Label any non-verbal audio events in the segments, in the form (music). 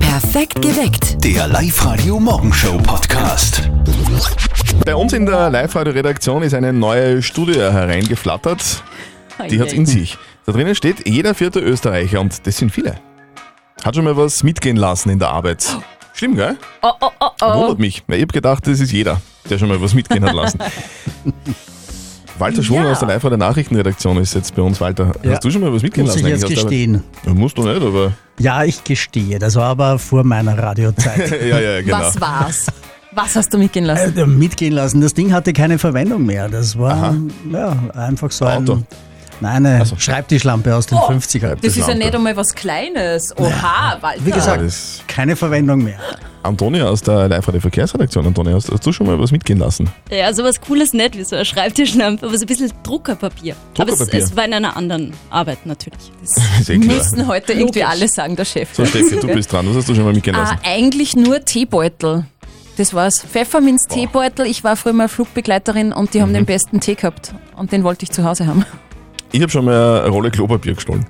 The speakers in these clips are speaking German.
Perfekt geweckt. Der Live-Radio Morgenshow Podcast. Bei uns in der Live-Radio-Redaktion ist eine neue Studie hereingeflattert. Die hat es in sich. Da drinnen steht, jeder vierte Österreicher, und das sind viele, hat schon mal was mitgehen lassen in der Arbeit. Stimmt, gell? Oh, oh, oh, oh. Wundert mich. Na, ich hab gedacht, das ist jeder, der schon mal was mitgehen (laughs) hat lassen. Walter Schwung Ja. aus der Live-Radio Nachrichtenredaktion ist jetzt bei uns. Walter, Ja. Genau, hast du schon mal was mitgehen Muss ich lassen? jetzt eigentlich aus der- gestehen. Ja, musst du (laughs) nicht, aber. Ja, ich gestehe. Das war aber vor meiner (laughs) Radiozeit. Ja, ja, genau. Was war's? Was hast du mitgehen lassen? Äh, Mitgehen lassen. Das Ding hatte keine Verwendung mehr. Das war ja, einfach so ein. Auto. Nein, eine so. Schreibtischlampe aus den Oh, 50er. Das ist ja Lampe. nicht einmal was Kleines. Oha, Walter. Wie gesagt, das- keine Verwendung mehr. Antonia aus der Live-Radio Verkehrsredaktion. Antonia, hast, hast du schon mal was mitgehen lassen? (laughs) Ja, sowas Cooles nicht, wie so eine Schreibtischlampe, aber so ein bisschen Druckerpapier. Aber es, Druckerpapier? es war in einer anderen Arbeit natürlich. Das Ist eh klar. müssten heute irgendwie Logisch. alle sagen, der Chef. So, Steffi, du bist dran. Was hast du schon mal mitgehen ah, lassen? eigentlich nur Teebeutel. Das war's. Pfefferminz-Teebeutel. Ich war früher mal Flugbegleiterin und die haben Mhm. den besten Tee gehabt. Und den wollte ich zu Hause haben. Ich habe schon mal eine Rolle Klopapier gestohlen.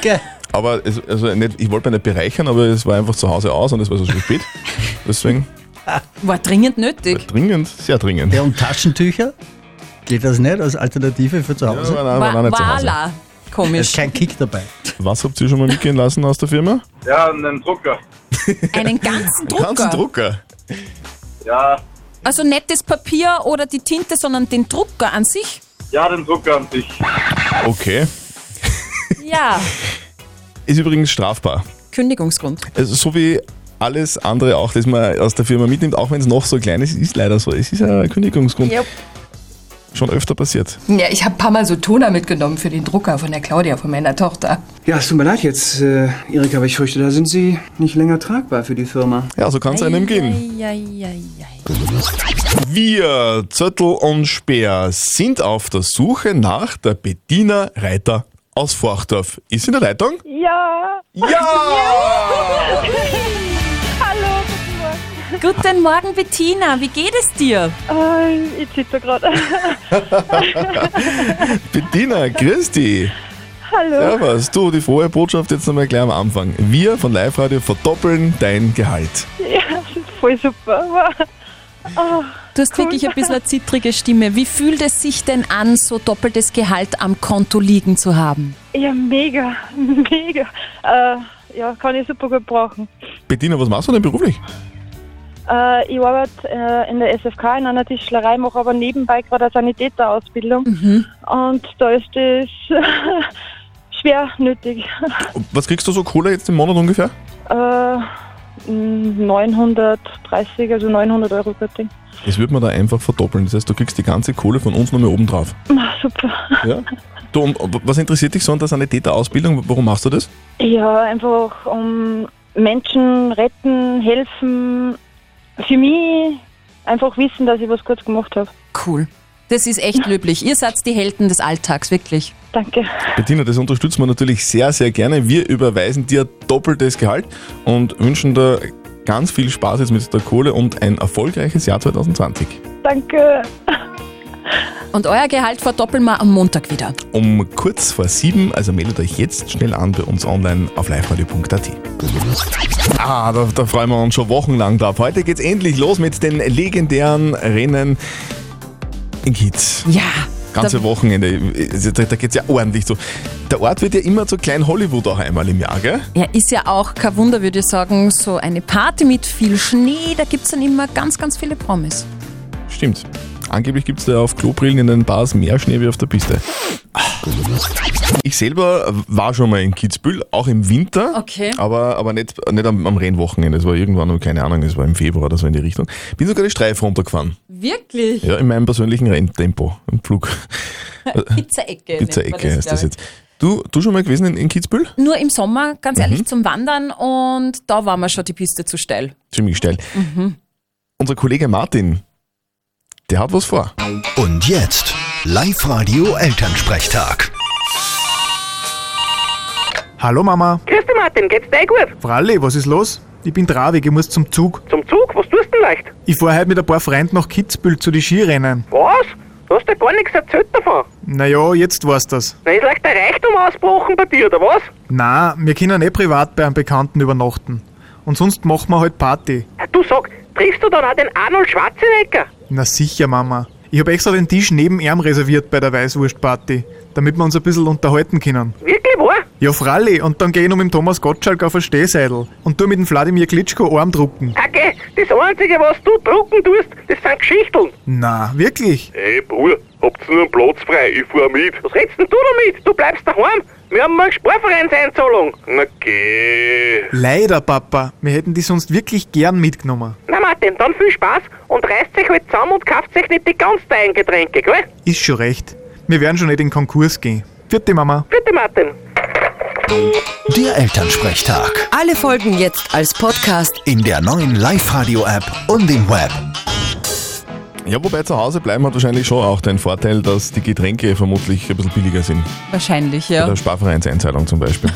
Gell. Aber es, also nicht, ich wollte mich nicht bereichern, aber es war einfach zu Hause aus und es war so schon spät. Deswegen War dringend nötig. dringend, sehr dringend. Ja, und Taschentücher? Geht das nicht als Alternative für zu Ja, Hause? war, war, war nicht zu Hause. Äh, Wala. Da ist Komisch. kein Kick dabei. Was habt ihr schon mal mitgehen lassen aus der Firma? Ja, einen Drucker. Einen ganzen Einen Drucker. Ganzen Drucker. Ja, Also nicht das Papier oder die Tinte, sondern den Drucker an sich. ja, den Drucker an sich. Okay. Ja. Ist übrigens strafbar. Kündigungsgrund. Also so wie alles andere auch, das man aus der Firma mitnimmt, auch wenn es noch so klein ist, ist leider so. Es ist ein Kündigungsgrund. Yep. Schon öfter passiert. Ja, ich habe ein paar Mal so Toner mitgenommen für den Drucker von der Claudia, von meiner Tochter. Ja, es tut mir leid jetzt, äh, Erika, aber ich fürchte, da sind Sie nicht länger tragbar für die Firma. Ja, so kann es einem gehen. Wir, Zöttl und Speer, sind auf der Suche nach der Bettina Reiter aus Forchdorf. Ist sie in der Leitung? Ja, Ja! hallo, Guten Morgen, Bettina. Wie geht es dir? äh, ich zitter gerade. (laughs) Bettina, Christi! hallo, Servus, du, die frohe Botschaft jetzt nochmal gleich am Anfang. Wir von Live Radio verdoppeln dein Gehalt. ja, das ist (laughs) voll super. Du hast wirklich ein bisschen eine zittrige Stimme. Wie fühlt es sich denn an, so doppeltes Gehalt am Konto liegen zu haben? Ja, mega, (laughs) mega. Äh, ja, kann ich super gut brauchen. Bettina, was machst du denn beruflich? Äh, ich arbeite äh, in der SFK in einer Tischlerei, mache aber nebenbei gerade eine Sanitäterausbildung. Und da ist das (laughs) schwer nötig. (laughs) Was kriegst du so Kohle jetzt im Monat ungefähr? Äh, mh, 930, also 900 Euro Götting. Das wird man da einfach verdoppeln. Das heißt, du kriegst die ganze Kohle von uns nochmal oben drauf. Super. Ja? Du, und was interessiert dich so an der Sanitäterausbildung? Warum machst du das? Ja, einfach um Menschen retten, helfen. Für mich einfach wissen, dass ich was kurz gemacht habe. Cool. Das ist echt löblich. Ihr seid die Helden des Alltags, wirklich. (laughs) Danke. Bettina, das unterstützt man natürlich sehr, sehr gerne. Wir überweisen dir doppeltes Gehalt und wünschen dir ganz viel Spaß jetzt mit der Kohle und ein erfolgreiches Jahr 2020. Danke. Und euer Gehalt verdoppeln wir am Montag wieder. Um kurz vor sieben, also meldet euch jetzt schnell an bei uns online auf liveradio.at. Ah, da, da freuen wir uns schon wochenlang drauf. Heute geht's endlich los mit den legendären Rennen in Kiez. Ja. Ganze Wochenende, da da geht's ja ordentlich zu. Der Ort wird ja immer zu klein Hollywood auch einmal im Jahr, gell? Ja, ist ja auch kein Wunder, würde ich sagen, so eine Party mit viel Schnee, da gibt es dann immer ganz, ganz viele Promis. Stimmt. Angeblich gibt es da auf Klobrillen in den Bars mehr Schnee wie auf der Piste. Ich selber war schon mal in Kitzbühel, auch im Winter. Okay. Aber, aber nicht, nicht am, am Rennwochenende. Es war irgendwann, keine Ahnung, es war im Februar oder so in die Richtung. Bin sogar die Streife runtergefahren. Wirklich? Ja, in meinem persönlichen Renntempo, im Flug. Pizza-Ecke. Pizza-Ecke heißt das jetzt. Du, du schon mal gewesen in, in Kitzbühel? Nur im Sommer, ganz Mhm. ehrlich, zum Wandern und da war mir schon die Piste zu steil. Ziemlich steil. Unser Kollege Martin, der hat was vor. Und jetzt Live-Radio Elternsprechtag. Hallo Mama. Grüß dich, Martin, geht's dir gut? Fralli, was ist los? Ich bin traurig, ich muss zum Zug. Zum Zug, was tust du denn leicht? Ich fahre heute mit ein paar Freunden nach Kitzbühel zu den Skirennen. Was? Du hast ja gar nichts erzählt davon. Naja, jetzt war's das. Da ist leicht der Reichtum ausbrochen bei dir, oder was? Na, wir können eh privat bei einem Bekannten übernachten. Und sonst machen wir halt Party. Du sag, triffst du dann auch den Arnold Schwarzenegger? Na sicher, Mama. Ich habe extra den Tisch neben ihm reserviert bei der Weißwurstparty, damit wir uns ein bisschen unterhalten können. Wirklich wahr? Ja, Fralli, und dann geh ich noch mit dem Thomas Gottschalk auf ein Stehseidel und tu mit dem Wladimir Klitschko Arm drucken. Okay, das Einzige, was du drucken tust, das sind Geschichten. Na, wirklich? Ey, Bruder, habt ihr nur einen Platz frei? Ich fahr mit. Was redst denn du damit? Du bleibst daheim. Wir haben morgen Sparvereinseinzahlung. Na geh. Leider, Papa. Wir hätten die sonst wirklich gern mitgenommen. Na Martin, dann viel Spaß und reißt euch halt zusammen und kauft euch nicht die ganz teuren Getränke, gell? Ist schon recht. Wir werden schon nicht in Konkurs gehen. Vierte Mama. Bitte Martin. Der Elternsprechtag. Alle Folgen jetzt als Podcast. In der neuen Live-Radio-App und im Web. Ja, wobei zu Hause bleiben hat wahrscheinlich schon auch den Vorteil, dass die Getränke vermutlich ein bisschen billiger sind. Wahrscheinlich, Bei ja. der Sparvereinseinzahlung zum (laughs) Beispiel.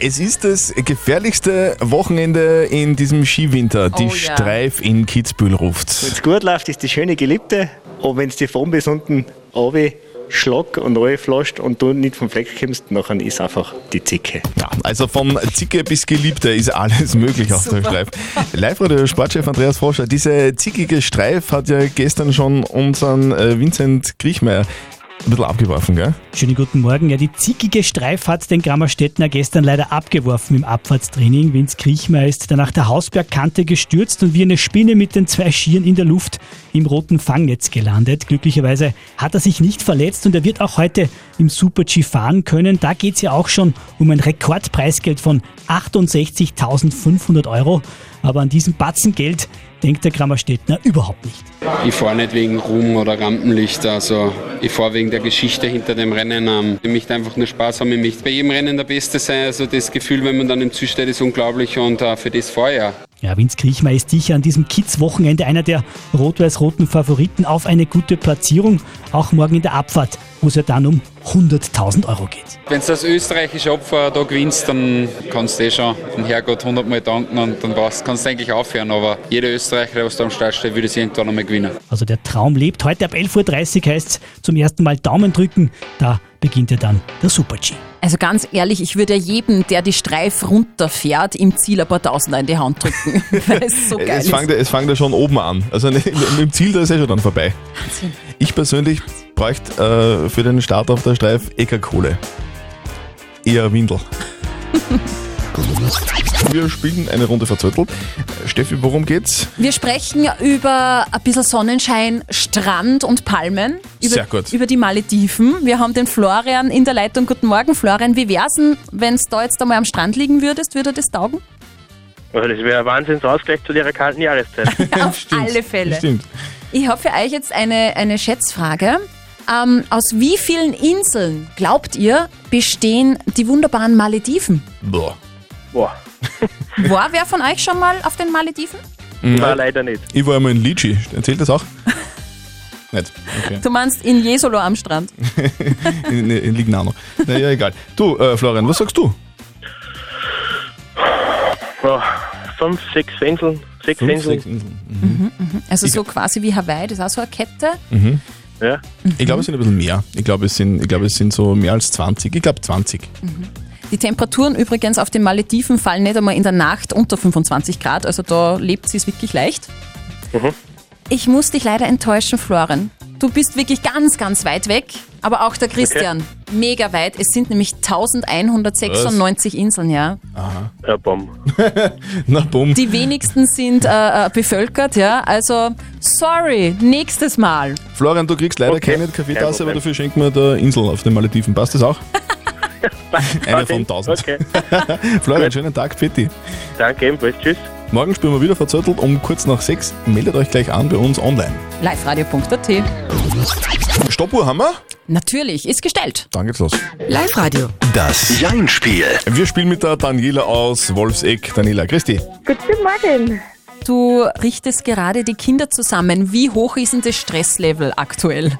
es ist das gefährlichste Wochenende in diesem Skiwinter. Die Oh ja. Streif in Kitzbühel ruft. Wenn's gut läuft, ist die schöne Geliebte. Aber wenn's dir von bis unten runter schlag und reinflascht und du nicht vom Fleck kommst, dann ist einfach die Zicke. Ja, also von Zicke bis Geliebte ist alles (laughs) möglich auf dem Super. Streif. Live-Radio Sportchef Andreas Forscher, diese zickige Streif hat ja gestern schon unseren äh, Vincent Griechmeier ein bisschen abgeworfen, gell? Schönen guten Morgen. Ja, die zickige Streif hat den Grammerstädtner gestern leider abgeworfen im Abfahrtstraining. Vince Kriechmeier ist danach der Hausbergkante gestürzt und wie eine Spinne mit den zwei Skiern in der Luft im roten Fangnetz gelandet. Glücklicherweise hat er sich nicht verletzt und er wird auch heute im Super-G fahren können. Da geht's ja auch schon um ein Rekordpreisgeld von 68.500 Euro. Aber an diesem Batzengeld denkt der Grammerstädtner überhaupt nicht. Ich fahre nicht wegen Ruhm oder Rampenlicht, also ich fahre wegen der Geschichte hinter dem Rennen. ähm. Ich möchte einfach nur Spaß haben, ich möchte bei jedem Rennen der Beste sein. Also das Gefühl, wenn man dann im Ziel steht, ist unglaublich und äh, für das fahre ich ja. Ja, Vince Kriechmeier ist sicher an diesem Kids-Wochenende einer der rot-weiß-roten Favoriten auf eine gute Platzierung. Auch morgen in der Abfahrt, wo es ja dann um 100.000 Euro geht. Wenn du das österreichische Opfer da gewinnst, dann kannst du eh schon dem Herrgott hundertmal danken und dann war's, kannst du eigentlich aufhören. Aber jeder Österreicher, der was da am Start steht, würde es irgendwann einmal gewinnen. Also der Traum lebt. Heute ab 11.30 Uhr heißt es zum ersten Mal Daumen drücken. Da beginnt ja dann der Super-G. Also ganz ehrlich, ich würde ja jedem, der die Streif runterfährt, im Ziel ein paar Tausender in die Hand drücken. (laughs) Weil es so geil Es ist. fängt, ja- es fängt ja schon oben an. Also ne- mit dem Ziel, da ist er schon dann vorbei. Ich persönlich bräuchte äh, für den Start auf der Streif eh keine Kohle. (laughs) Eher Windel. Wir spielen eine Runde verzöttelt. Steffi, worum geht's? Wir sprechen über ein bisschen Sonnenschein, Strand und Palmen. Über, Sehr gut. Über die Malediven. Wir haben den Florian in der Leitung. Guten Morgen, Florian. Wie wär's denn, wenn's da jetzt einmal am Strand liegen würdest? Würde das taugen? Also das wäre ein Wahnsinnsausgleich zu der kalten Jahreszeit. (laughs) Auf alle Fälle. Stimmt. Ich habe für euch jetzt eine, eine Schätzfrage. Ähm, aus wie vielen Inseln, glaubt ihr, bestehen die wunderbaren Malediven? Boah. Boah. War wer von euch schon mal auf den Malediven? Nein, leider nicht. Ich war einmal in Litschi. (laughs) Erzählt das auch? nicht. Okay. Du meinst in Jesolo am Strand. in, in Lignano. Naja, egal. Du, äh, Florian, was sagst du? Ja, fünf, sechs Inseln. Sechs Hm. Fünf, Inseln. sechs Inseln. Also so quasi wie Hawaii, das ist auch so eine Kette. Mhm. Ja. Ich glaube, es sind ein bisschen mehr. Ich glaube, es sind, ich glaube, es sind so mehr als 20. Ich glaube 20. Die Temperaturen übrigens auf den Malediven fallen nicht einmal in der Nacht unter 25 Grad, also da lebt sie es wirklich leicht. Ich muss dich leider enttäuschen, Florian. Du bist wirklich ganz, ganz weit weg, aber auch der Christian. Mega weit. Es sind nämlich 1196 Inseln, ja. Aha. Ja, bumm. Na, bumm. Die wenigsten sind äh, äh, bevölkert, ja. Also, sorry, nächstes Mal. Florian, du kriegst leider keine Kaffeetasse, aber dafür schenken wir der Insel auf den Malediven. Passt das auch? Eine von 1000. Okay. (laughs) Florian, schönen Tag, Fitti. Danke ebenfalls. Tschüss. Morgen spielen wir wieder verzöttelt um kurz nach 6. Meldet euch gleich an bei uns online. Liveradio.at. Stoppuhr haben wir? Natürlich, ist gestellt. Dann geht's los. Live Radio. Das Jein-Spiel. Wir spielen mit der Daniela aus Wolfseck. Daniela, Christi. Guten Morgen. Du richtest gerade die Kinder zusammen. Wie hoch ist denn das Stresslevel aktuell?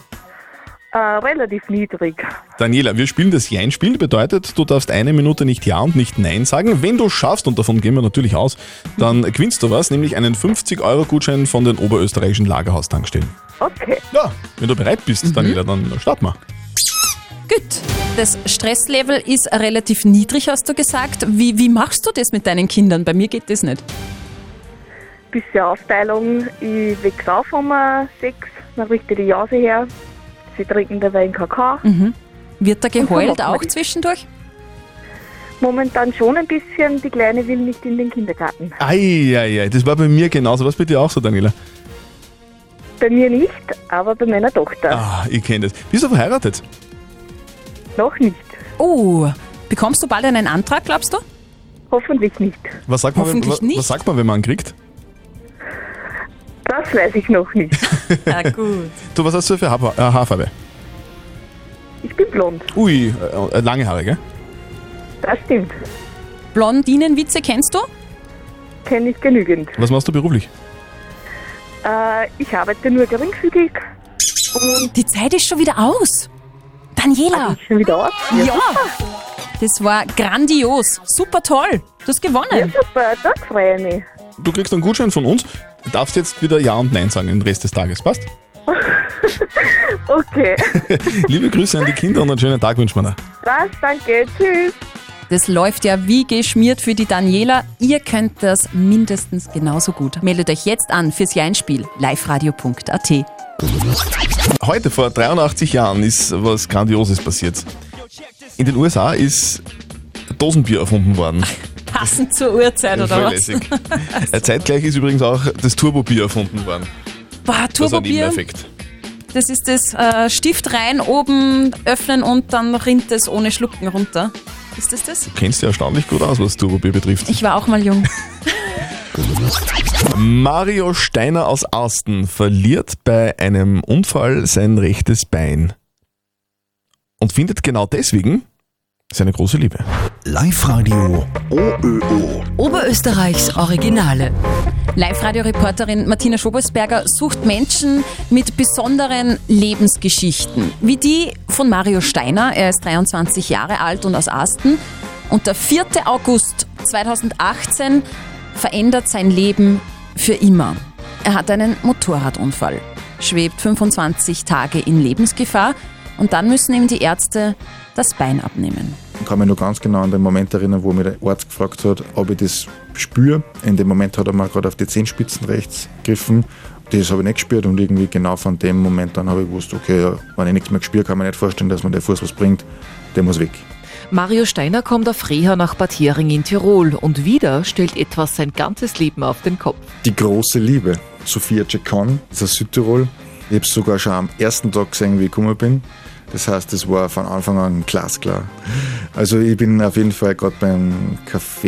Äh, relativ niedrig. Daniela, wir spielen das Jein-Spiel. Bedeutet, du darfst eine Minute nicht Ja und nicht Nein sagen. Wenn du schaffst, und davon gehen wir natürlich aus, dann gewinnst du was, nämlich einen 50-Euro-Gutschein von den oberösterreichischen Lagerhaustankstellen. Okay. Mhm. Ja. Wenn du bereit bist, Daniela, dann starten wir. Gut. Das Stresslevel ist relativ niedrig, hast du gesagt. Wie, wie machst du das mit deinen Kindern? Bei mir geht das nicht. Bisschen Aufteilung. Ich wächse auf um äh, sechs, dann richte ich die Jause her. Sie trinken dabei einen Kakao. Mhm. Wird da Und geheult so macht man auch das. zwischendurch? Momentan schon ein bisschen. Die Kleine will nicht in den Kindergarten. Eieiei, das war bei mir genauso. Was bei dir auch so, Daniela? Bei mir nicht, aber bei meiner Tochter. Ah, ich kenne das. Bist du verheiratet? Noch nicht. Oh, bekommst du bald einen Antrag, glaubst du? Hoffentlich nicht. Was sagt, man, wenn, Hoffentlich wa- nicht. was sagt man, wenn man einen kriegt? Das weiß ich noch nicht. Ja, gut. Du, was hast du für Haarfa- äh, Haarfarbe? Ich bin blond. Ui, äh, äh, lange Haare, gell? Das stimmt. Blondinenwitze kennst du? Kenne ich genügend. Was machst du beruflich? Äh, ich arbeite nur geringfügig. Und die Zeit ist schon wieder aus. Daniela! Ist schon wieder aus? Ja. Das war grandios. Super toll. Du hast gewonnen. Ja, super. Das freue ich mich. Du kriegst einen Gutschein von uns, darfst jetzt wieder Ja und Nein sagen den Rest des Tages. Passt? (laughs) Okay. Liebe Grüße an die Kinder und einen schönen Tag wünschen wir dir. Was? Danke. Tschüss. Das läuft ja wie geschmiert für die Daniela. Ihr könnt das mindestens genauso gut. Meldet euch jetzt an fürs Jeinspiel. liveradio.at. Heute vor 83 Jahren ist was Grandioses passiert. In den USA ist Dosenbier erfunden worden. Passend zur Uhrzeit, Ja, oder voll was? lässig. Äh, Zeitgleich ist übrigens auch das Turbobier erfunden worden. Bah, Das ist ein Turbobier. Nebeneffekt. Das ist das äh, Stift rein, oben öffnen und dann rinnt es ohne Schlucken runter. Ist das das? Du kennst ja erstaunlich gut aus, was Turbobier betrifft. Ich war auch mal jung. Mario Steiner aus Arsten verliert bei einem Unfall sein rechtes Bein und findet genau deswegen seine große Liebe. Live-Radio OÖO. Oberösterreichs Originale. Live-Radio-Reporterin Martina Schobelsberger sucht Menschen mit besonderen Lebensgeschichten, wie die von Mario Steiner. Er ist 23 Jahre alt und aus Asten. Und der 4. August 2018 verändert sein Leben für immer. Er hat einen Motorradunfall, schwebt 25 Tage in Lebensgefahr und dann müssen ihm die Ärzte das Bein abnehmen. Ich kann mich noch ganz genau an den Moment erinnern, wo mir der Arzt gefragt hat, ob ich das spüre. In dem Moment hat er mir gerade auf die Zehenspitzen rechts gegriffen. Das habe ich nicht gespürt und irgendwie genau von dem Moment dann habe ich gewusst, okay, ja, wenn ich nichts mehr spüre, kann man nicht vorstellen, dass man der Fuß was bringt. Der muss weg. Mario Steiner kommt auf Reha nach Bad Hering in Tirol und wieder stellt etwas sein ganzes Leben auf den Kopf. Die große Liebe, Sophia Cecon, ist aus Südtirol. Ich habe sogar schon am ersten Tag gesehen, wie ich gekommen bin. Das heißt, es war von Anfang an glasklar. Also ich bin auf jeden Fall gerade beim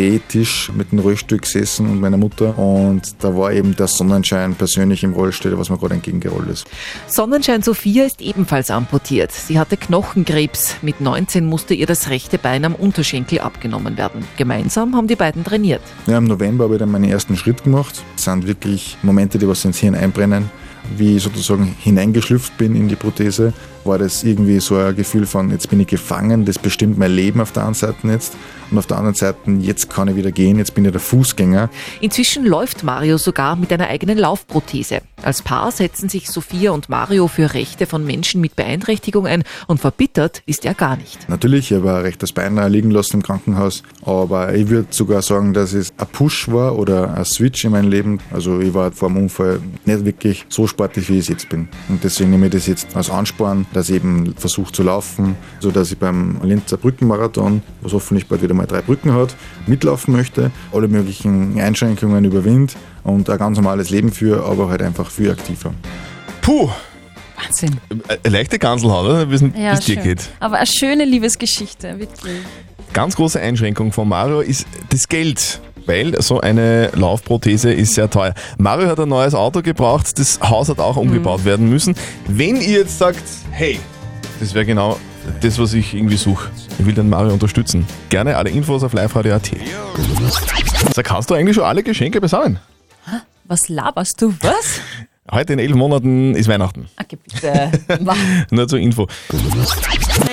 Kaffeetisch mit einem Röststück gesessen und meiner Mutter und da war eben der Sonnenschein persönlich im Rollstuhl, was mir gerade entgegengerollt ist. Sonnenschein Sophia ist ebenfalls amputiert. Sie hatte Knochenkrebs. Mit 19 musste ihr das rechte Bein am Unterschenkel abgenommen werden. Gemeinsam haben die beiden trainiert. Ja, Im November habe ich dann meinen ersten Schritt gemacht. Das sind wirklich Momente, die was ins Hirn einbrennen. Wie ich sozusagen hineingeschlüpft bin in die Prothese, war das irgendwie so ein Gefühl von, jetzt bin ich gefangen, das bestimmt mein Leben auf der einen Seite jetzt und auf der anderen Seite, jetzt kann ich wieder gehen, jetzt bin ich der Fußgänger. Inzwischen läuft Mario sogar mit einer eigenen Laufprothese. Als Paar setzen sich Sophia und Mario für Rechte von Menschen mit Beeinträchtigung ein und verbittert ist er gar nicht. Natürlich, ich habe ein rechtes Bein liegen lassen im Krankenhaus, aber ich würde sogar sagen, dass es ein Push war oder ein Switch in meinem Leben. Also ich war vor dem Unfall nicht wirklich so sportlich, wie ich es jetzt bin. Und deswegen nehme ich das jetzt als Ansporn, dass ich eben versuche zu laufen, so dass ich beim Linzer Brückenmarathon, was hoffentlich bald wieder mal drei Brücken hat, mitlaufen möchte, alle möglichen Einschränkungen überwinde und ein ganz normales Leben führe, aber halt einfach viel aktiver. Puh! Wahnsinn. Äh, Leichte Ganselhaut, oder? Wir wissen, wie es dir schön. geht. Aber eine schöne Liebesgeschichte, wirklich. Ganz große Einschränkung von Mario ist das Geld. Weil so eine Laufprothese ist sehr teuer. Mario hat ein neues Auto gebraucht, das Haus hat auch Mhm. umgebaut werden müssen. Wenn ihr jetzt sagt, hey, das wäre genau das, was ich irgendwie suche. Ich will den Mario unterstützen. Gerne alle Infos auf liveradio.at. Sag, hast du eigentlich schon alle Geschenke beisammen? Was laberst du? Was? Heute in elf Monaten ist Weihnachten. Okay, Ah, bitte. (laughs) Nur zur Info.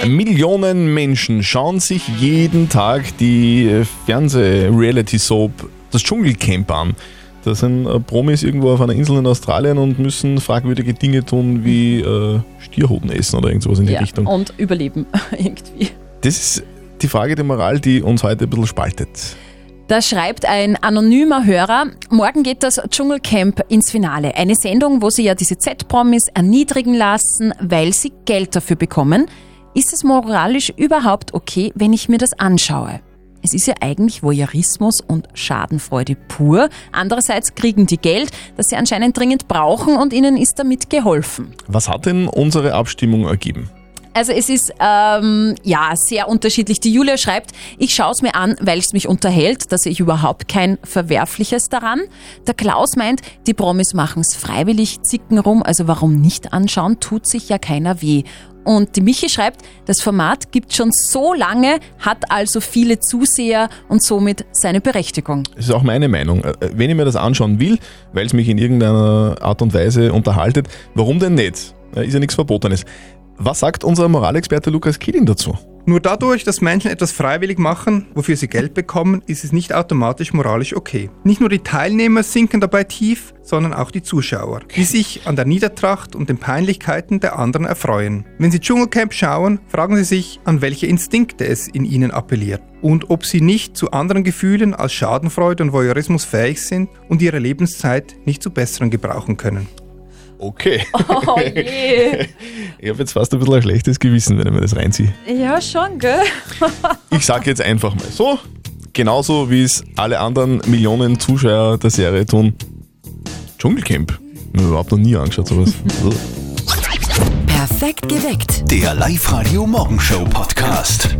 Millionen Menschen schauen sich jeden Tag die äh, Fernseh-Reality-Soap Das Dschungelcamp an. Da sind äh, Promis irgendwo auf einer Insel in Australien und müssen fragwürdige Dinge tun wie äh, Stierhoden essen oder irgend sowas in die ja, Richtung. Und überleben (laughs) irgendwie. Das ist die Frage der Moral, die uns heute ein bisschen spaltet. Da schreibt ein anonymer Hörer, morgen geht das Dschungelcamp ins Finale. Eine Sendung, wo sie ja diese Z-Promis erniedrigen lassen, weil sie Geld dafür bekommen. Ist es moralisch überhaupt okay, wenn ich mir das anschaue? Es ist ja eigentlich Voyeurismus und Schadenfreude pur. Andererseits kriegen die Geld, das sie anscheinend dringend brauchen und ihnen ist damit geholfen. Was hat denn unsere Abstimmung ergeben? Also es ist ähm, ja sehr unterschiedlich. Die Julia schreibt, ich schaue es mir an, weil es mich unterhält, da sehe ich überhaupt kein Verwerfliches daran. Der Klaus meint, die Promis machen es freiwillig, zicken rum, also warum nicht anschauen, tut sich ja keiner weh. Und die Michi schreibt, das Format gibt schon so lange, hat also viele Zuseher und somit seine Berechtigung. Das ist auch meine Meinung. Äh, Wenn ich mir das anschauen will, weil es mich in irgendeiner Art und Weise unterhaltet, warum denn nicht? Äh, Ist ja nichts Verbotenes. Was sagt unser Moralexperte Lukas Kieling dazu? Nur dadurch, dass Menschen etwas freiwillig machen, wofür sie Geld bekommen, ist es nicht automatisch moralisch okay. Nicht nur die Teilnehmer sinken dabei tief, sondern auch die Zuschauer, die sich an der Niedertracht und den Peinlichkeiten der anderen erfreuen. Wenn sie Dschungelcamp schauen, fragen sie sich, an welche Instinkte es in ihnen appelliert und ob sie nicht zu anderen Gefühlen als Schadenfreude und Voyeurismus fähig sind und ihre Lebenszeit nicht zu besseren gebrauchen können. Okay. Oh je. (laughs) Ich habe jetzt fast ein bisschen ein schlechtes Gewissen, wenn ich mir das reinziehe. Ja, schon, gell? (laughs) Ich sage jetzt einfach mal so, genauso wie es alle anderen Millionen Zuschauer der Serie tun. Dschungelcamp. Ich habe überhaupt noch nie (laughs) angeschaut sowas. Perfekt geweckt. Der Live-Radio Morgenshow Podcast.